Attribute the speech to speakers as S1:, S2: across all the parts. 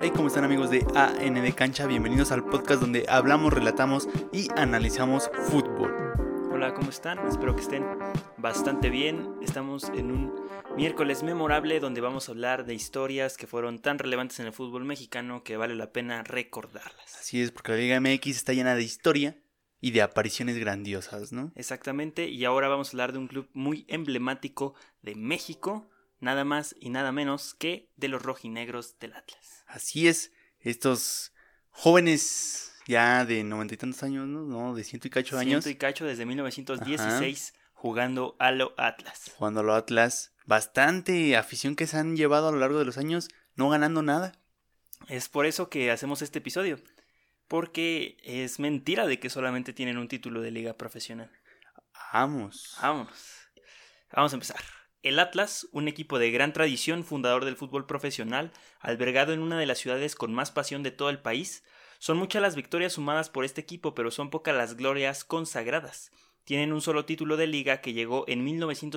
S1: Hey, ¿cómo están amigos de AN de Cancha? Bienvenidos al podcast donde hablamos, relatamos y analizamos fútbol.
S2: Hola, ¿cómo están? Espero que estén bastante bien. Estamos en un miércoles memorable donde vamos a hablar de historias que fueron tan relevantes en el fútbol mexicano que vale la pena recordarlas.
S1: Así es, porque la Liga MX está llena de historia y de apariciones grandiosas, ¿no?
S2: Exactamente, y ahora vamos a hablar de un club muy emblemático de México, nada más y nada menos que de los rojinegros del Atlas.
S1: Así es, estos jóvenes ya de noventa y tantos años, ¿no? No, de ciento y cacho años,
S2: Ciento y cacho desde 1916 jugando a lo Atlas.
S1: jugando a lo Atlas. Bastante afición que se han llevado a lo largo de los años, no ganando nada.
S2: Es por eso que hacemos este episodio, porque es mentira de que solamente tienen un título de liga profesional.
S1: Vamos.
S2: Vámonos. Vamos a empezar. El Atlas, un equipo de gran tradición, fundador del fútbol profesional, albergado en una de las ciudades con más pasión de todo el país, son muchas las victorias sumadas por este equipo, pero son pocas las glorias consagradas. Tienen un solo título de liga que llegó en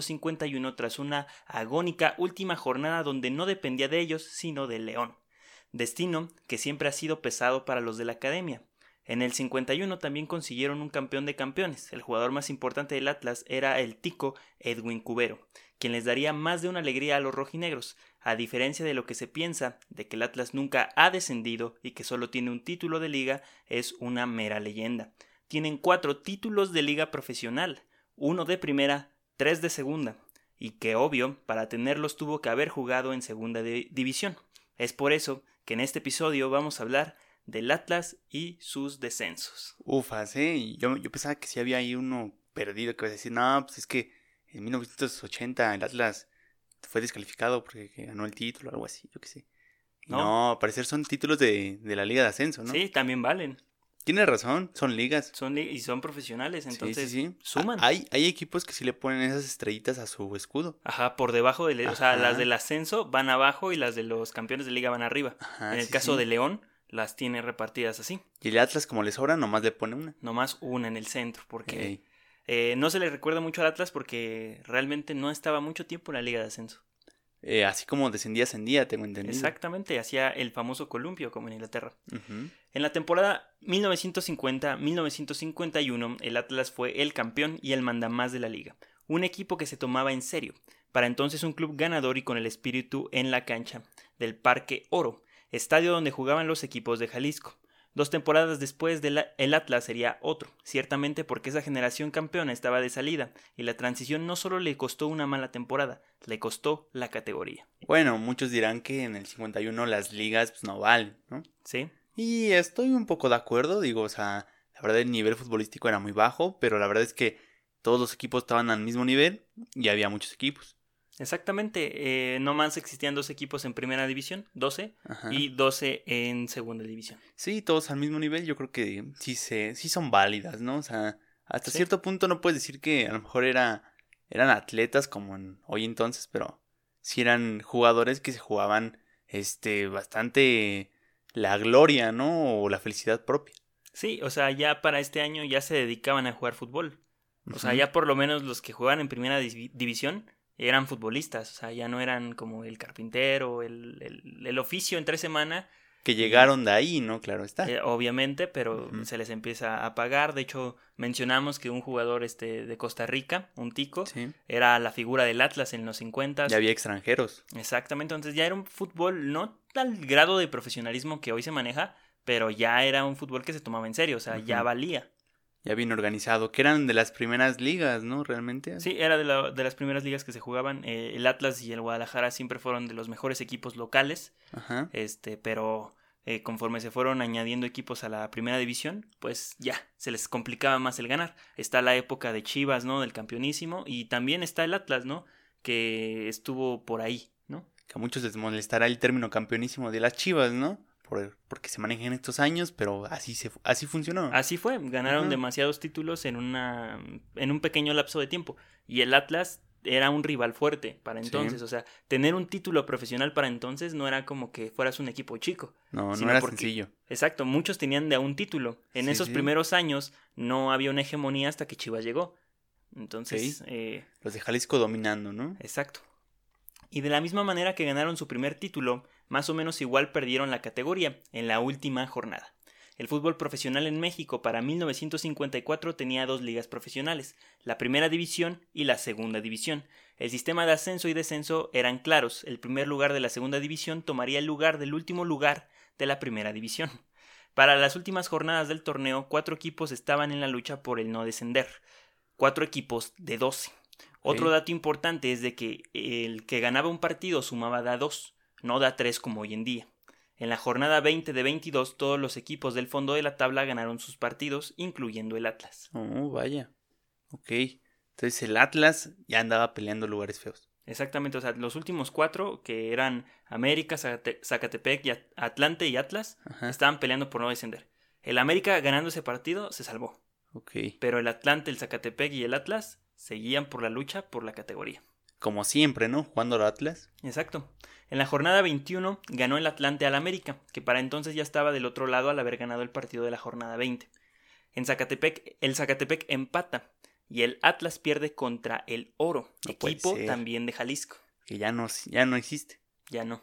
S2: 1951 tras una agónica última jornada donde no dependía de ellos, sino de León. Destino que siempre ha sido pesado para los de la academia. En el 51 también consiguieron un campeón de campeones. El jugador más importante del Atlas era el tico Edwin Cubero, quien les daría más de una alegría a los rojinegros, a diferencia de lo que se piensa de que el Atlas nunca ha descendido y que solo tiene un título de liga, es una mera leyenda. Tienen cuatro títulos de liga profesional, uno de primera, tres de segunda, y que obvio, para tenerlos tuvo que haber jugado en segunda de- división. Es por eso que en este episodio vamos a hablar del Atlas y sus descensos.
S1: Ufas, ¿eh? Y Yo, yo pensaba que si había ahí uno perdido que vas a decir, no, pues es que en 1980 el Atlas fue descalificado porque que ganó el título o algo así, yo qué sé. Y
S2: No.
S1: no, al parecer son títulos de, de la Liga de Ascenso, ¿no?
S2: Sí, también valen.
S1: Tienes razón, son ligas.
S2: Son li- y son profesionales,
S1: Sí,
S2: entonces
S1: sí, sí.
S2: suman.
S1: Ah, Hay, hay equipos que sí le ponen esas estrellitas a su escudo.
S2: Ajá, por debajo del, o sea,
S1: Ajá.
S2: las del ascenso van abajo y las de los campeones de liga van arriba.
S1: Ajá,
S2: en el
S1: Ah, sí,
S2: caso
S1: sí.
S2: de León, las tiene repartidas así,
S1: Y el Atlas, como le sobra, nomás le pone una.
S2: nomás una en el centro, porque
S1: Ey.
S2: eh, no se le recuerda mucho al Atlas porque realmente no estaba mucho tiempo en la liga de ascenso.
S1: Eh, así como descendía, ascendía, tengo entendido.
S2: Exactamente, hacía el famoso columpio como en Inglaterra.
S1: Ujú.
S2: En la temporada 1950-1951, el Atlas fue el campeón y el mandamás de la liga, un equipo que se tomaba en serio, para entonces un club ganador y con el espíritu en la cancha, del Parque Oro, estadio donde jugaban los equipos de Jalisco. Dos temporadas después, de la- el Atlas sería otro, ciertamente porque esa generación campeona estaba de salida, y la transición no solo le costó una mala temporada, le costó la categoría.
S1: Bueno, muchos dirán que en el 51 las ligas pues, no valen, ¿no?
S2: ¿Sí?
S1: Y estoy un poco de acuerdo, digo, o sea, la verdad el nivel futbolístico era muy bajo, pero la verdad es que todos los equipos estaban al mismo nivel y había muchos equipos.
S2: Exactamente, eh, no más existían dos equipos en primera división, 12,
S1: Ajá.
S2: y 12 en segunda división.
S1: Sí, todos al mismo nivel, yo creo que sí, se, sí son válidas, ¿no? O sea, hasta
S2: Sí.
S1: cierto punto no puedes decir que a lo mejor era, eran atletas como en- hoy entonces, pero sí eran jugadores que se jugaban este, bastante la gloria, ¿no? O la felicidad propia.
S2: Sí, o sea, ya para este año ya se dedicaban a jugar fútbol. O sea,
S1: Ujú.
S2: ya por lo menos los que jugaban en primera divi- división eran futbolistas. O sea, ya no eran como el carpintero, el, el- el oficio entre semana,
S1: Que llegaron de ahí, ¿no? Claro está.
S2: eh, obviamente, pero
S1: Ujú.
S2: se les empieza a pagar. De hecho, mencionamos que un jugador este, de Costa Rica, un tico,
S1: Sí.
S2: era la figura del Atlas en los 50.
S1: Ya había extranjeros.
S2: Exactamente, entonces ya era un fútbol no al grado de profesionalismo que hoy se maneja, pero ya era un fútbol que se tomaba en serio, o sea, ya
S1: Ujú.
S2: valía.
S1: ya bien organizado, que eran de las primeras ligas, ¿no? Realmente.
S2: Sí, era de, la- de las primeras ligas que se jugaban, eh, el Atlas y el Guadalajara siempre fueron de los mejores equipos locales,
S1: Ajá.
S2: este, pero eh, conforme se fueron añadiendo equipos a la primera división, pues ya, se les complicaba más el ganar. Está la época de Chivas, ¿no? Del campeonísimo, y también está el Atlas, ¿no? Que estuvo por ahí, ¿no?
S1: Que a muchos les molestará el término campeonísimo de las Chivas, ¿no? Por- porque se manejan estos años, pero así se así funcionó.
S2: Así fue, ganaron
S1: Ujú.
S2: demasiados títulos en una en un pequeño lapso de tiempo y el Atlas era un rival fuerte para
S1: Sí.
S2: entonces, o sea, tener un título profesional para entonces no era como que fueras un equipo chico.
S1: no, no
S2: sino
S1: era
S2: porque-
S1: sencillo.
S2: Exacto, muchos tenían de a un título. En
S1: Sí,
S2: esos
S1: sí.
S2: primeros años no había una hegemonía hasta que Chivas llegó. Entonces, eh,
S1: Los de Jalisco dominando, ¿no?
S2: exacto. Y de la misma manera que ganaron su primer título, más o menos igual perdieron la categoría en la última jornada. El fútbol profesional en México para 1954 tenía dos ligas profesionales, la primera división y la segunda división. El sistema de ascenso y descenso eran claros, el primer lugar de la segunda división tomaría el lugar del último lugar de la primera división. Para las últimas jornadas del torneo, cuatro equipos estaban en la lucha por el no descender, cuatro equipos de 12. Otro
S1: Ok.
S2: dato importante es de que el que ganaba un partido sumaba da 2, no da 3 como hoy en día. En la jornada 20 de 22 todos los equipos del fondo de la tabla ganaron sus partidos, incluyendo el Atlas.
S1: Oh, vaya. Ok. Entonces el Atlas ya andaba peleando lugares feos.
S2: Exactamente, o sea, los últimos cuatro, que eran América, Zacate- Zacatepec, y At- Atlante y Atlas,
S1: Ajá.
S2: estaban peleando por no descender. El América ganando ese partido se salvó,
S1: Ok.
S2: pero el Atlante, el Zacatepec y el Atlas seguían por la lucha por la categoría.
S1: Como siempre, ¿no? Jugando al Atlas.
S2: Exacto. En la jornada 21 ganó el Atlante al América, que para entonces ya estaba del otro lado al haber ganado el partido de la jornada 20. En Zacatepec, el Zacatepec empata y el Atlas pierde contra el Oro,
S1: No puede
S2: equipo
S1: ser.
S2: también de Jalisco.
S1: Que ya no, ya no existe.
S2: Ya no.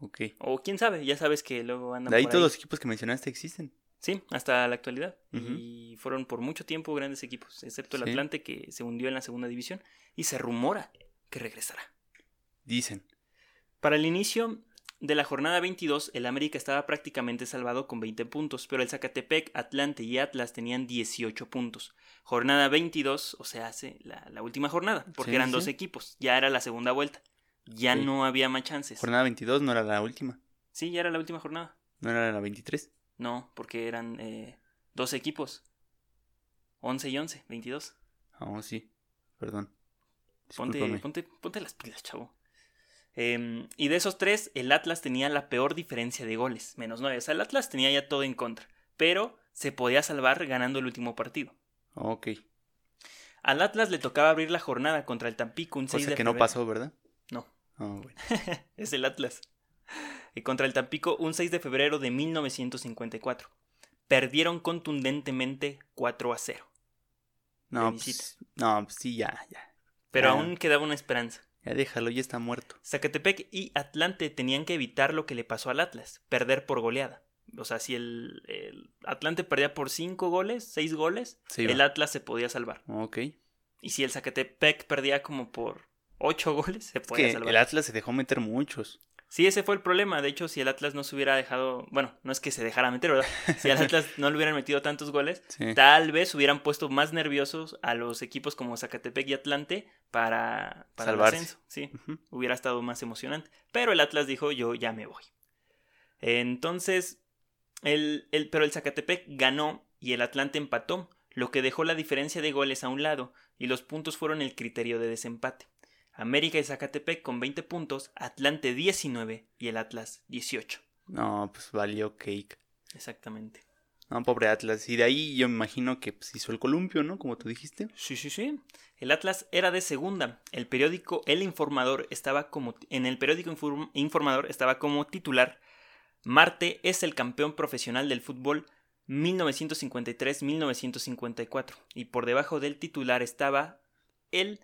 S1: Ok.
S2: O quién sabe, ya sabes que luego andan
S1: De ahí
S2: por
S1: todos los equipos que mencionaste existen.
S2: Sí, hasta la actualidad.
S1: Ujú.
S2: Y fueron por mucho tiempo grandes equipos, excepto el
S1: Sí.
S2: Atlante que se hundió en la segunda división y se rumora que regresará.
S1: Dicen.
S2: Para el inicio de la jornada 22, el América estaba prácticamente salvado con 20 puntos, pero el Zacatepec, Atlante y Atlas tenían 18 puntos. Jornada 22, o sea, hace la, la última jornada, porque
S1: Sí,
S2: eran
S1: sí,
S2: dos
S1: sí.
S2: equipos, ya era la segunda vuelta, ya
S1: Sí.
S2: no había más chances.
S1: Jornada 22 no era la última.
S2: Sí, ya era la última jornada.
S1: No era la 23.
S2: No, porque eran eh, dos equipos. 11 y 11, 22.
S1: Oh, sí. Perdón.
S2: Ponte,
S1: Discúlpame.
S2: ponte, ponte las pilas, chavo. Em, y de esos tres, el Atlas tenía la peor diferencia de goles, menos nueve. O sea, el Atlas tenía ya todo en contra, pero se podía salvar ganando el último partido.
S1: Ok.
S2: Al Atlas le tocaba abrir la jornada contra el Tampico un 6
S1: Cosa
S2: de
S1: que no
S2: febrero.
S1: pasó, ¿verdad?
S2: No.
S1: Oh, bueno.
S2: Es el Atlas. Y contra el Tampico un 6 de febrero de 1954. Perdieron contundentemente 4 a 0.
S1: No,
S2: visita.
S1: pues, no, pues sí, ya, ya. Ah.
S2: Pero aún quedaba una esperanza.
S1: Ya déjalo, ya está muerto.
S2: Zacatepec y Atlante tenían que evitar lo que le pasó al Atlas, perder por goleada. O sea, si el, el Atlante perdía por 5 goles, 6 goles,
S1: Sí,
S2: el
S1: va.
S2: Atlas se podía salvar.
S1: Ok.
S2: Y si el Zacatepec perdía como por 8 goles, se podía
S1: Que
S2: salvar.
S1: el Atlas se dejó meter muchos.
S2: Sí, ese fue el problema. De hecho, si el Atlas no se hubiera dejado, bueno, no es que se dejara meter, ¿verdad? Si al Atlas no le hubieran metido tantos goles,
S1: Sí.
S2: tal vez hubieran puesto más nerviosos a los equipos como Zacatepec y Atlante para, para el
S1: Salvarse.
S2: ascenso. Sí.
S1: Ujú.
S2: hubiera estado más emocionante. Pero el Atlas dijo, yo ya me voy. Entonces, el, el- pero el Zacatepec ganó y el Atlante empató, lo que dejó la diferencia de goles a un lado y los puntos fueron el criterio de desempate. América y Zacatepec con 20 puntos, Atlante 19 y el Atlas 18.
S1: No, pues valió cake.
S2: Exactamente.
S1: No, pobre Atlas. Y de ahí yo me imagino que pues, hizo el columpio, ¿no? Como tú dijiste.
S2: Sí, sí, sí. El Atlas era de segunda. El periódico El Informador estaba como en el periódico Inform- Informador estaba como titular Marte es el campeón profesional del fútbol 1953-1954 y por debajo del titular estaba el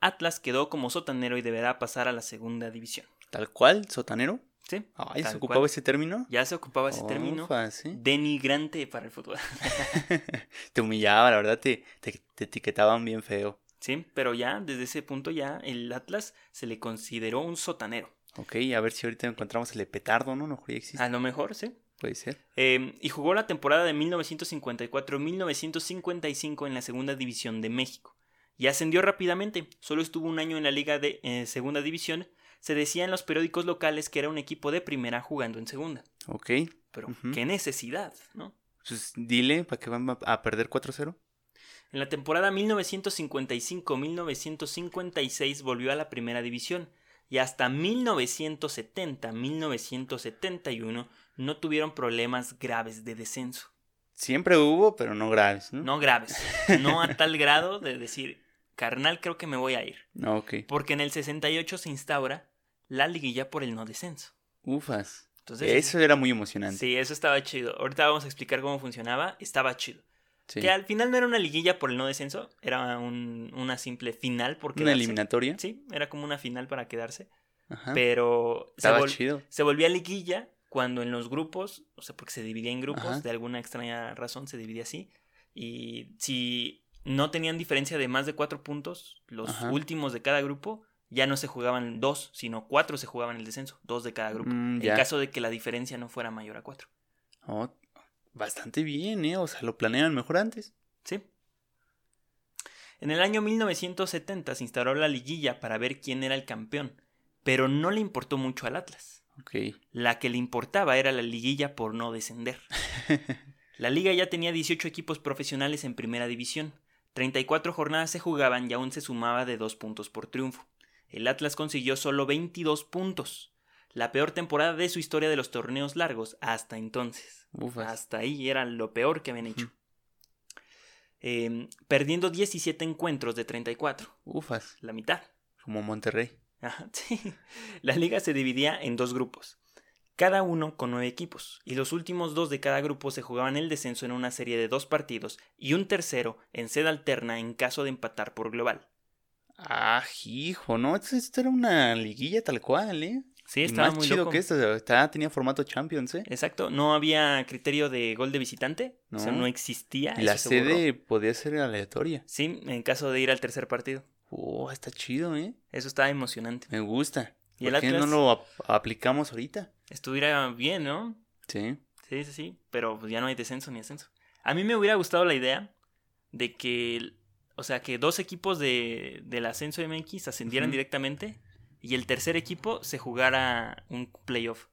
S2: Atlas quedó como sotanero y deberá pasar a la segunda división.
S1: Tal cual, sotanero.
S2: Sí,
S1: Ay,
S2: Tal
S1: se ocupaba
S2: cual.
S1: ese término.
S2: ya se ocupaba ese término
S1: Ofa, sí.
S2: denigrante para el fútbol.
S1: te humillaba, la verdad, te, te, te etiquetaban bien feo.
S2: Sí, pero ya desde ese punto ya el Atlas se le consideró un sotanero.
S1: Ok, a ver si ahorita encontramos el de petardo, ¿no? No creo que existe.
S2: A lo mejor, sí.
S1: Puede ser.
S2: Eh, y jugó la temporada de 1954-1955 en la Segunda División de México. Y ascendió rápidamente, solo estuvo un año en la Liga de eh, Segunda División. Se decía en los periódicos locales que era un equipo de primera jugando en segunda.
S1: Ok.
S2: Pero
S1: Ujú.
S2: qué necesidad, ¿no?
S1: Pues dile, ¿para qué van a- a perder 4-0?
S2: En la temporada 1955-1956 volvió a la primera división y hasta 1970-1971 no tuvieron problemas graves de descenso.
S1: Siempre hubo, pero no graves, ¿no?
S2: No graves. No a tal grado de decir, carnal, creo que me voy a ir.
S1: No. Ok.
S2: Porque en el 68 se instaura la liguilla por el no descenso.
S1: Ufas.
S2: Entonces,
S1: Eso era muy emocionante.
S2: sí, eso estaba chido. Ahorita vamos a explicar cómo funcionaba. Estaba chido.
S1: Sí.
S2: Que al final no era una liguilla por el no descenso, era un- una simple final porque...
S1: Una eliminatoria.
S2: Sí, era como una final para quedarse.
S1: Ajá.
S2: pero se,
S1: Estaba
S2: vol-
S1: chido.
S2: se volvía liguilla cuando en los grupos, o sea, porque se dividía en grupos,
S1: Ajá.
S2: de alguna extraña razón se dividía así, y si no tenían diferencia de más de cuatro puntos, los
S1: Ajá.
S2: últimos de cada grupo ya no se jugaban dos, sino cuatro se jugaban el descenso, dos de cada grupo,
S1: Mm,
S2: en
S1: ya.
S2: caso de que la diferencia no fuera mayor a cuatro.
S1: Oh, bastante bien, ¿eh? O sea, lo planean mejor antes.
S2: ¿Sí? En el año 1970 se instauró la liguilla para ver quién era el campeón, pero no le importó mucho al Atlas.
S1: Ok.
S2: La que le importaba era la liguilla por no descender. La liga ya tenía 18 equipos profesionales en primera división. 34 jornadas se jugaban y aún se sumaba de 2 puntos por triunfo. El Atlas consiguió solo 22 puntos. La peor temporada de su historia de los torneos largos hasta entonces.
S1: Bufas.
S2: Hasta ahí era lo peor que habían hecho. Eh, perdiendo 17 encuentros de 34,
S1: Ufas.
S2: la mitad.
S1: Como Monterrey.
S2: Ajá, sí. La liga se dividía en dos grupos, cada uno con nueve equipos, y los últimos dos de cada grupo se jugaban el descenso en una serie de dos partidos y un tercero en sed alterna en caso de empatar por global.
S1: Ah, hijo, ¿no? Esto, esto era una liguilla tal cual, ¿eh?
S2: Sí,
S1: Y
S2: estaba
S1: más
S2: muy
S1: chido
S2: loco.
S1: que esto. Está, tenía formato Champions, ¿eh?
S2: Exacto, no había criterio de gol de visitante, o sea,
S1: No.
S2: no existía.
S1: Y la
S2: Ah, eso se borró.
S1: sede podía ser aleatoria.
S2: Sí, en caso de ir al tercer partido.
S1: Oh, está chido, ¿eh?
S2: Eso estaba emocionante.
S1: Me gusta.
S2: ¿Y el
S1: ¿Por qué no
S2: Atlas?
S1: lo ap- aplicamos ahorita?
S2: Estuviera bien, ¿no?
S1: Sí.
S2: Sí, sí, sí, pero pues, ya no hay descenso ni ascenso. A mí me hubiera gustado la idea de que, o sea, que dos equipos de, del ascenso MX ascendieran
S1: Ujú.
S2: directamente y el tercer equipo se jugara un playoff.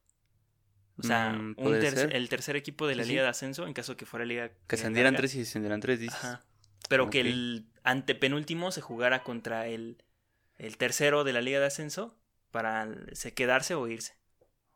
S2: O sea,
S1: Mm,
S2: un
S1: puede
S2: ter-
S1: ser.
S2: el tercer equipo de la
S1: Sí,
S2: liga
S1: sí.
S2: de ascenso, en caso que fuera liga...
S1: Que
S2: eh,
S1: ascendieran
S2: larga.
S1: tres y descendieran tres, dices.
S2: Ajá. Pero que
S1: Ok.
S2: el antepenúltimo se jugara contra el, el tercero de la liga de ascenso para se quedarse o irse.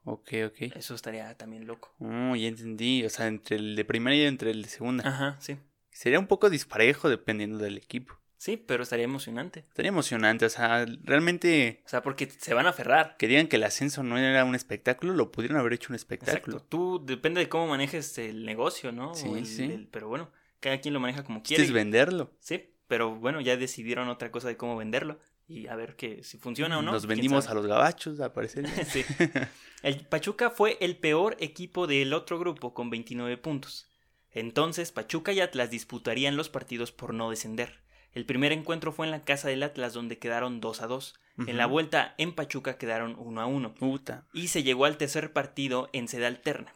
S1: Ok, ok.
S2: Eso estaría también loco.
S1: Oh, ya entendí. O sea, entre el de primera y entre el de segunda.
S2: Ajá, sí.
S1: Sería un poco disparejo dependiendo del equipo.
S2: Sí, pero estaría emocionante.
S1: Estaría emocionante. O sea, realmente
S2: O sea, porque se van a aferrar.
S1: que digan que el ascenso no era un espectáculo, lo pudieron haber hecho un
S2: Exacto.
S1: espectáculo.
S2: Tú depende de cómo manejes el negocio, ¿no? O
S1: Sí,
S2: el-
S1: sí.
S2: el- pero bueno, cada quien lo maneja como
S1: Este
S2: quiere.
S1: es venderlo.
S2: Sí, pero bueno, ya decidieron otra cosa de cómo venderlo y a ver que si funciona o no.
S1: Nos
S2: quién
S1: vendimos a
S2: sabe.
S1: los gabachos, a parecer.
S2: Sí. El Pachuca fue el peor equipo del otro grupo con 29 puntos. Entonces, Pachuca y Atlas disputarían los partidos por no descender. El primer encuentro fue en la casa del Atlas donde quedaron 2 a 2. En la
S1: Ujú.
S2: vuelta en Pachuca quedaron 1 a 1.
S1: Puta.
S2: y se llegó al tercer partido en sede alterna.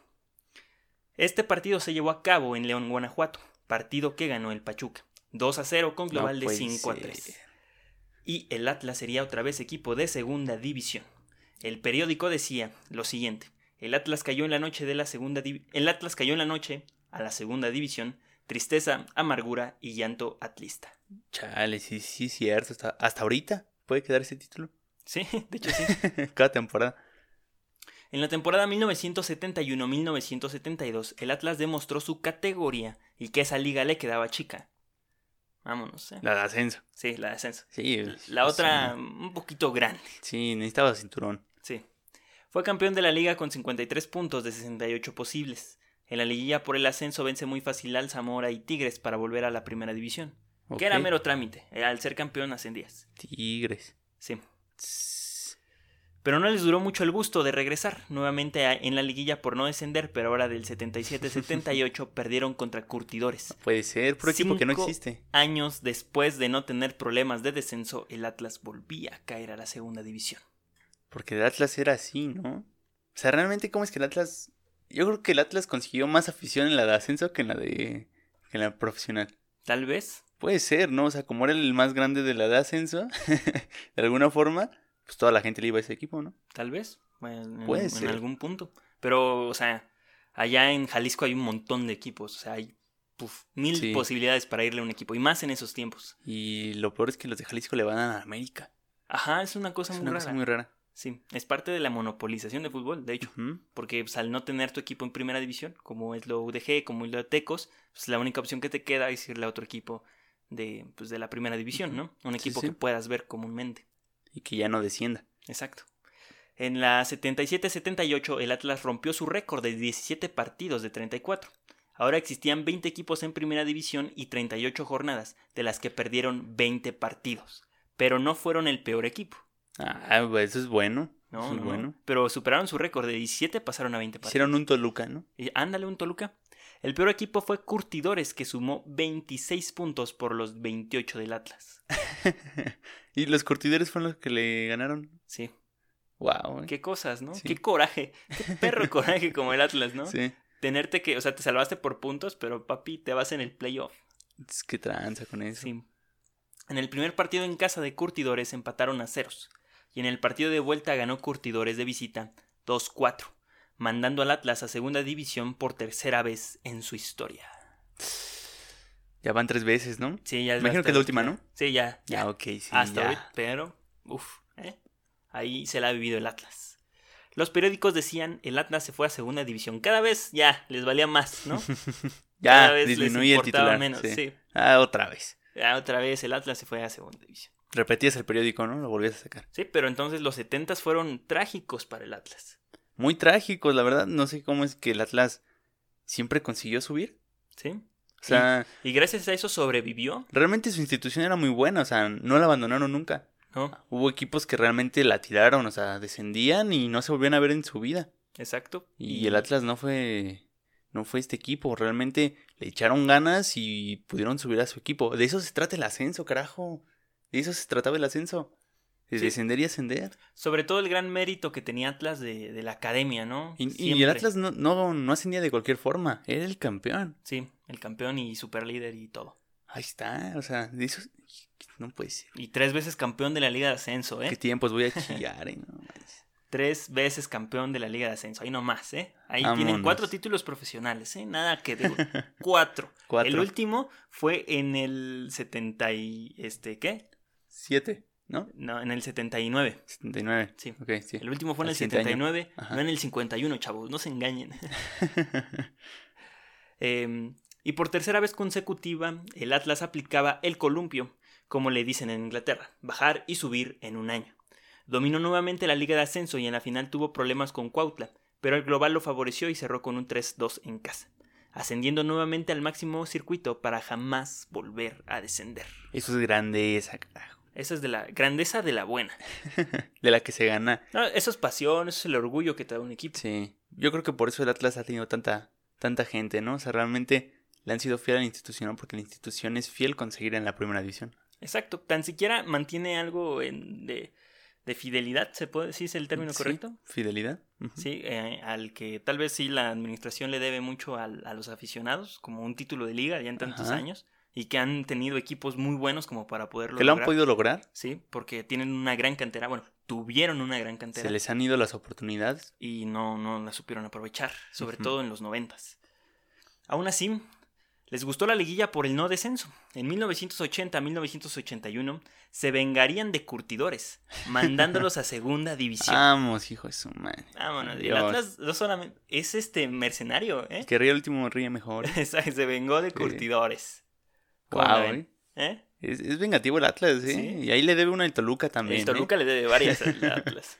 S2: Este partido se llevó a cabo en León, Guanajuato, partido que ganó el Pachuca, 2 a 0 con global
S1: No
S2: de
S1: puede
S2: 5 a 3.
S1: ser.
S2: Y el Atlas sería otra vez equipo de segunda división. El periódico decía lo siguiente: El Atlas cayó en la noche de la segunda div- el Atlas cayó en la noche a la segunda división, tristeza, amargura y llanto atlista.
S1: Chale, sí, sí, cierto. Hasta, hasta ahorita puede quedar ese título.
S2: Sí, de hecho sí.
S1: Cada temporada.
S2: En la temporada 1971-1972, el Atlas demostró su categoría y que esa liga le quedaba chica. Vámonos, ¿eh?
S1: La de ascenso.
S2: Sí, la de ascenso.
S1: Sí.
S2: La
S1: o
S2: otra,
S1: sea,
S2: un poquito grande,
S1: Sí, necesitaba cinturón.
S2: sí. Fue campeón de la liga con 53 puntos de 68 posibles. En la liguilla por el ascenso vence muy fácil al Zamora y Tigres para volver a la primera división. Que era
S1: Ok.
S2: mero trámite. eh, Al ser campeón ascendías.
S1: Tigres.
S2: Sí.
S1: Tss.
S2: Pero no les duró mucho el gusto de regresar nuevamente a- en la liguilla por no descender, pero ahora del 77-78 perdieron contra Curtidores.
S1: Puede ser, por equipo que no
S2: Cinco.
S1: existe.
S2: Años después de no tener problemas de descenso, el Atlas volvía a caer a la segunda división.
S1: Porque el Atlas era así, ¿no? O sea, realmente, ¿cómo es que el Atlas. Yo creo que el Atlas consiguió más afición en la de ascenso que en la de. que en la profesional.
S2: Tal vez,
S1: Puede ser, ¿no? O sea, como era el más grande de la de ascenso, de alguna forma, pues toda la gente le iba a ese equipo, ¿no?
S2: tal vez, en, en-
S1: Puede
S2: en
S1: ser.
S2: algún punto. Pero, o sea, allá en Jalisco hay un montón de equipos, o sea, hay puf, mil
S1: Sí.
S2: posibilidades para irle a un equipo, y más en esos tiempos.
S1: Y lo peor es que los de Jalisco le van a América.
S2: Ajá, es una cosa
S1: Es
S2: muy
S1: una
S2: rara.
S1: cosa muy rara.
S2: Sí, es parte de la monopolización de fútbol, de hecho.
S1: Ujú.
S2: Porque pues, al no tener tu equipo en primera división, como es lo UDG, como es lo de Tecos, pues la única opción que te queda es irle a otro equipo de, pues, de la primera división, ¿no? Un
S1: Sí,
S2: equipo
S1: sí.
S2: que puedas ver comúnmente.
S1: Y que ya no descienda.
S2: Exacto. En la 77-78, el Atlas rompió su récord de 17 partidos de 34. Ahora existían 20 equipos en primera división y 38 jornadas, de las que perdieron 20 partidos. Pero no fueron el peor equipo.
S1: Ah, pues eso es bueno.
S2: No,
S1: Muy
S2: no, no.
S1: bueno.
S2: Pero superaron su récord de 17, pasaron a 20 partidos.
S1: Hicieron un Toluca, ¿no?
S2: Y ándale un Toluca. El peor equipo fue Curtidores, que sumó 26 puntos por los 28 del Atlas.
S1: y los curtidores fueron los que le ganaron.
S2: Sí.
S1: Wow.
S2: Qué cosas, ¿no?
S1: Sí.
S2: Qué coraje. Qué perro coraje como el Atlas, ¿no?
S1: Sí.
S2: Tenerte que, o sea, te salvaste por puntos, pero papi, te vas en el playoff.
S1: Es que tranza con eso.
S2: Sí. En el primer partido en casa de Curtidores empataron a ceros. Y en el partido de vuelta ganó Curtidores de visita 2-4, mandando al Atlas a segunda división por tercera vez en su historia.
S1: Ya van tres veces, ¿no?
S2: Sí, ya
S1: Imagino que es la última, ¿no?
S2: Sí, ya.
S1: Ya,
S2: ya.
S1: ok, sí.
S2: hasta
S1: ya.
S2: hoy, pero uff, ahí se la ha vivido el Atlas. Los periódicos decían el Atlas se fue a segunda división. Cada vez ya les valía más, ¿no? Cada
S1: Ya
S2: vez les
S1: disminuye el
S2: importaba
S1: titular.
S2: menos,
S1: sí.
S2: sí.
S1: Ah, otra vez.
S2: Ya, otra vez el Atlas se fue a segunda división.
S1: Repetías el periódico, ¿no? Lo volvías a sacar.
S2: Sí, pero entonces los 70 fueron trágicos para el Atlas.
S1: Muy trágico, la verdad. No sé cómo es que el Atlas siempre consiguió subir.
S2: ¿Sí?
S1: O sea,
S2: Y gracias a eso sobrevivió,
S1: realmente su institución era muy buena. O sea, no la abandonaron nunca.
S2: ¿no?
S1: Hubo equipos que realmente la tiraron. O sea, descendían y no se volvían a ver en su vida.
S2: Exacto.
S1: Y el Atlas no fue. No fue este equipo. Realmente le echaron ganas y pudieron subir a su equipo. De eso se trata el ascenso, carajo. De eso se trataba el ascenso. De
S2: Sí.
S1: descender y ascender.
S2: Sobre todo el gran mérito que tenía Atlas de, de la academia, ¿no?
S1: Y, y el
S2: Siempre.
S1: Atlas no, no, no ascendía de cualquier forma. Era el campeón.
S2: Sí, el campeón y superlíder y todo.
S1: Ahí está. O sea, de eso. No puede ser.
S2: Y tres veces campeón de la Liga de Ascenso, ¿eh?
S1: ¿Qué tiempos voy a chillar? eh? No manches.
S2: Tres veces campeón de la Liga de Ascenso. Ahí nomás, ¿eh? Ahí tienen
S1: Ah, Vámonos.
S2: cuatro títulos profesionales, ¿eh? Nada que de cuatro.
S1: Cuatro.
S2: El último fue en el 70 y... Este, ¿qué?
S1: Siete, ¿no?
S2: No, en el 79.
S1: 79.
S2: Sí.
S1: Ok, sí.
S2: El último fue en
S1: Al
S2: el
S1: siguiente año.
S2: 79,
S1: Ajá.
S2: no en el 51, chavos. No se engañen. Eh, y por tercera vez consecutiva, el Atlas aplicaba el columpio, como le dicen en Inglaterra, bajar y subir en un año. Dominó nuevamente la Liga de Ascenso y en la final tuvo problemas con Cuautla, pero el global lo favoreció y cerró con un 3-2 en casa, ascendiendo nuevamente al máximo circuito para jamás volver a descender.
S1: eso es grandeza, carajo.
S2: Esa es de la grandeza de la buena.
S1: De la que se gana.
S2: No, eso es pasión, eso es el orgullo que te da un equipo.
S1: Sí, yo creo que por eso el Atlas ha tenido tanta, tanta gente, ¿no? O sea, realmente le han sido fiel a la institución, ¿no? porque la institución es fiel con seguir en la primera división.
S2: Exacto, tan siquiera mantiene algo en- de, de fidelidad, ¿se puede decir el término
S1: Sí,
S2: correcto?
S1: Fidelidad. Ujú.
S2: Sí, eh, al que tal vez sí la administración le debe mucho al- a, los aficionados, como un título de liga ya en tantos
S1: Ajá.
S2: años, y que han tenido equipos muy buenos como para poderlo
S1: Que lo han
S2: lograr.
S1: podido lograr,
S2: Sí, porque tienen una gran cantera, bueno, tuvieron una gran cantera
S1: se les han ido las oportunidades.
S2: y no, no la supieron aprovechar, sobre
S1: Ujú.
S2: todo en los noventas. Aún así, les gustó la liguilla por el no descenso. En 1980-1981 se vengarían de curtidores, mandándolos a segunda división.
S1: Vamos, hijo de su madre.
S2: Vámonos, el
S1: Ah, Dios.
S2: Atlas no solamente es este mercenario, ¿eh?
S1: El que ríe el último ríe mejor.
S2: Se vengó de
S1: Sí.
S2: curtidores. ¿Cómo la
S1: wow,
S2: ven? ¿eh?
S1: Es, es vengativo el Atlas, ¿eh?
S2: Sí.
S1: Y ahí le debe una al Toluca también. ¿eh?
S2: El Toluca le debe varias al Atlas.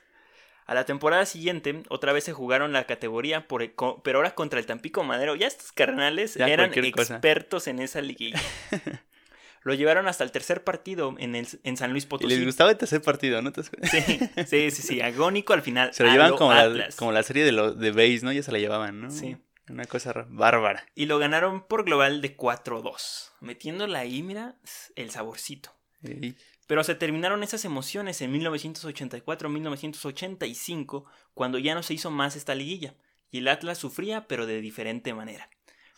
S2: A la temporada siguiente, otra vez se jugaron la categoría, por el co- pero ahora contra el Tampico Madero. Ya estos carnales
S1: Ya
S2: eran
S1: cualquier cosa.
S2: expertos en esa liguilla. Lo llevaron hasta el tercer partido en, el, en San Luis
S1: ¿eh? Y les
S2: Potosí.
S1: gustaba el tercer partido, ¿no? Entonces,
S2: Sí, sí, sí, sí, agónico al final.
S1: se lo
S2: a
S1: llevaban
S2: lo
S1: como la,
S2: Atlas.
S1: como la serie de, lo, de Base, ¿no? Ya se la llevaban, ¿no?
S2: Sí.
S1: Una cosa ra- bárbara.
S2: Y lo ganaron por global de 4-2, metiéndola ahí, mira, el saborcito.
S1: Ey.
S2: Pero se terminaron esas emociones en 1984-1985, cuando ya no se hizo más esta liguilla, y el Atlas sufría, pero de diferente manera.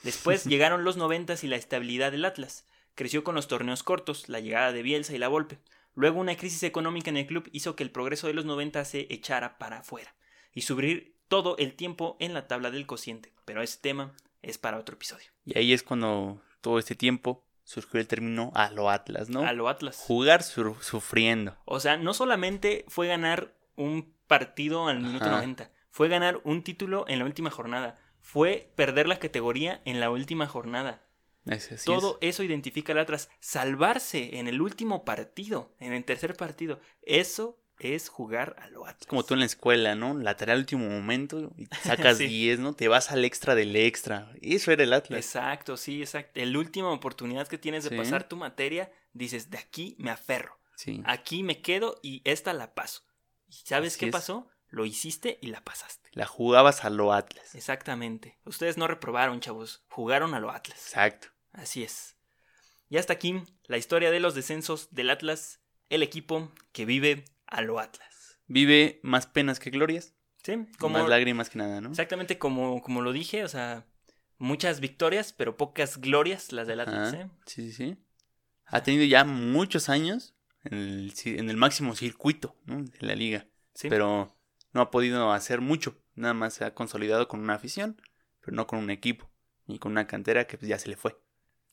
S2: Después llegaron los 90 y la estabilidad del Atlas. Creció con los torneos cortos, la llegada de Bielsa y la Volpe. Luego una crisis económica en el club hizo que el progreso de los 90 se echara para afuera y subir todo el tiempo en la tabla del cociente. Pero ese tema es para otro episodio.
S1: Y ahí es cuando todo este tiempo surgió el término a lo Atlas, ¿no?
S2: A lo Atlas.
S1: Jugar sur- sufriendo.
S2: O sea, no solamente fue ganar un partido al minuto
S1: Ajá.
S2: 90, fue ganar un título en la última jornada, fue perder la categoría en la última jornada.
S1: Es- así
S2: Todo eso identifica al Atlas. Salvarse en el último partido, en el tercer partido, eso es jugar a lo Atlas.
S1: es. Como tú en la escuela, ¿no? La tarea al último momento y sacas
S2: Sí.
S1: 10, ¿no? Te vas al extra del extra. Eso era el Atlas.
S2: Exacto, sí, exacto. El última oportunidad que tienes de
S1: Sí.
S2: pasar tu materia, dices, de aquí me aferro,
S1: Sí.
S2: aquí me quedo y esta la paso. ¿Y sabes
S1: Así
S2: qué
S1: es.
S2: pasó? Lo hiciste y la pasaste.
S1: La jugabas a lo Atlas.
S2: Exactamente. Ustedes no reprobaron, chavos. Jugaron a lo Atlas.
S1: Exacto.
S2: Así es. Y hasta aquí la historia de los descensos del Atlas, el equipo que vive a lo Atlas.
S1: Vive más penas que glorias,
S2: ¿Sí?
S1: con más lágrimas que nada, ¿no?
S2: Exactamente como, como lo dije, o sea, muchas victorias, pero pocas glorias las del Atlas,
S1: Ajá,
S2: ¿eh?
S1: Sí, sí, sí. Ha tenido ya muchos años en el, ci- en el máximo circuito ¿no? de la liga,
S2: Sí.
S1: pero no ha podido hacer mucho. Nada más se ha consolidado con una afición, pero no con un equipo, ni con una cantera que pues, ya se le fue.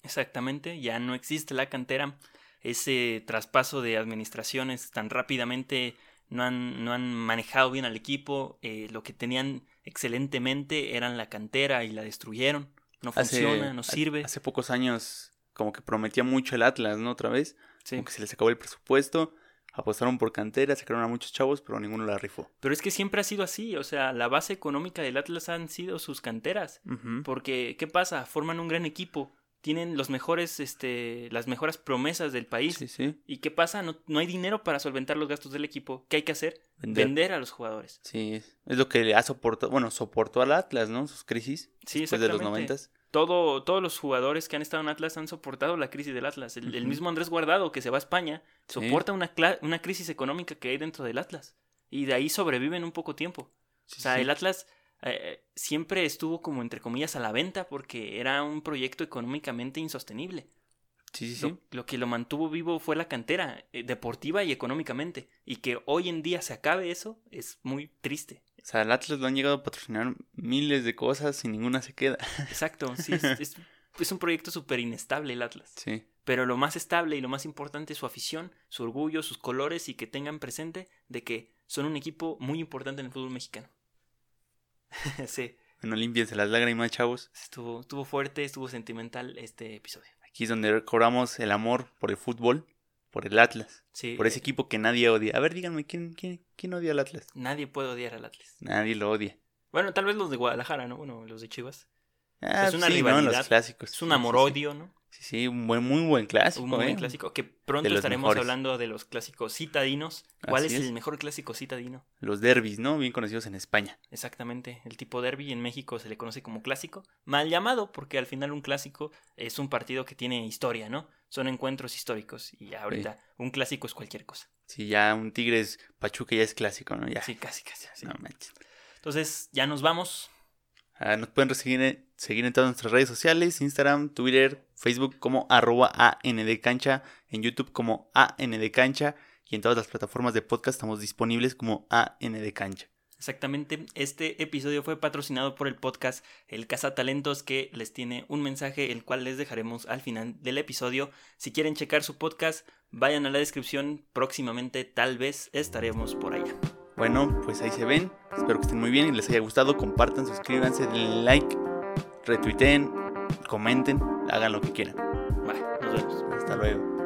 S2: Exactamente, ya no existe la cantera. Ese traspaso de administraciones tan rápidamente no han, no han manejado bien al equipo. eh, lo que tenían excelentemente eran la cantera y la destruyeron. No
S1: Hace-
S2: funciona, no
S1: ha-
S2: sirve.
S1: Hace pocos años como que prometía mucho el Atlas, ¿no? Otra vez,
S2: Sí.
S1: como que se les acabó el presupuesto, apostaron por cantera, sacaron a muchos chavos, pero ninguno la rifó.
S2: Pero es que siempre ha sido así. O sea, la base económica del Atlas han sido sus canteras.
S1: Ujú.
S2: Porque, ¿qué pasa? Forman un gran equipo. Tienen los mejores, este, las mejores promesas del país.
S1: Sí, sí.
S2: ¿Y qué pasa? No, no hay dinero para solventar los gastos del equipo. ¿Qué hay que hacer?
S1: Vender.
S2: Vender a los jugadores.
S1: Sí, es es lo que le ha soportado, bueno, soportó al Atlas, ¿no? Sus crisis
S2: Sí,
S1: después de los
S2: exactamente.
S1: noventas.
S2: Todo, todos los jugadores que han estado en Atlas han soportado la crisis del Atlas. El, el
S1: Ujú.
S2: mismo Andrés Guardado, que se va a España,
S1: Sí.
S2: soporta una, cla- una crisis económica que hay dentro del Atlas. Y de ahí sobreviven un poco tiempo.
S1: Sí,
S2: O sea,
S1: sí.
S2: el Atlas eh, siempre estuvo como entre comillas a la venta porque era un proyecto económicamente insostenible.
S1: Sí, sí, sí.
S2: Lo, lo que lo mantuvo vivo fue la cantera, eh, deportiva y económicamente. Y que hoy en día se acabe eso es muy triste.
S1: O sea, al Atlas lo han llegado a patrocinar miles de cosas y ninguna se queda.
S2: Exacto, sí, es, es- es un proyecto súper inestable el Atlas.
S1: Sí,
S2: Pero lo más estable y lo más importante es su afición, su orgullo, sus colores y que tengan presente de que son un equipo muy importante en el fútbol mexicano. sí,
S1: bueno, límpiense las lágrimas, chavos.
S2: estuvo, estuvo fuerte, estuvo sentimental este episodio.
S1: Aquí es donde cobramos el amor por el fútbol, por el Atlas,
S2: Sí,
S1: por ese
S2: eh,
S1: equipo que nadie odia. A ver, díganme, ¿quién, quién, quién odia al Atlas?
S2: nadie puede odiar al Atlas.
S1: Nadie lo odia.
S2: Bueno, tal vez los de Guadalajara, ¿no? Bueno, los de Chivas.
S1: Ah,
S2: es una
S1: sí, ¿no?
S2: rivalidad,
S1: Los clásicos.
S2: Es un
S1: Sí, sí,
S2: amor-odio, ¿no?
S1: Sí, sí, un buen, muy buen clásico.
S2: Un buen
S1: ¿eh?
S2: clásico que
S1: De
S2: pronto
S1: los
S2: estaremos
S1: mejores.
S2: hablando de los clásicos citadinos. ¿Cuál
S1: Así
S2: es,
S1: es.
S2: el mejor clásico citadino?
S1: Los derbis, ¿no? Bien conocidos en España.
S2: Exactamente, el tipo derby en México se le conoce como clásico, mal llamado porque al final un clásico es un partido que tiene historia, ¿no? Son encuentros históricos y ya ahorita un clásico es cualquier cosa.
S1: Sí, ya un Tigres Pachuca ya es clásico, ¿no? Ya.
S2: Sí, casi, casi. sí.
S1: No manches.
S2: Entonces, ya nos vamos.
S1: Ah, nos pueden seguir en, seguir en todas nuestras redes sociales, Instagram, Twitter, Facebook como arroba ANDcancha, en YouTube como ANDcancha y en todas las plataformas de podcast estamos disponibles como ANDcancha.
S2: Exactamente, este episodio fue patrocinado por el podcast El Cazatalentos que les tiene un mensaje el cual les dejaremos al final del episodio. Si quieren checar su podcast, vayan a la descripción, próximamente tal vez estaremos por allá.
S1: Bueno, pues ahí se ven, espero que estén muy bien y les haya gustado, compartan, suscríbanse, denle like, retuiteen, comenten, hagan lo que quieran.
S2: Bye, nos vemos.
S1: Hasta luego.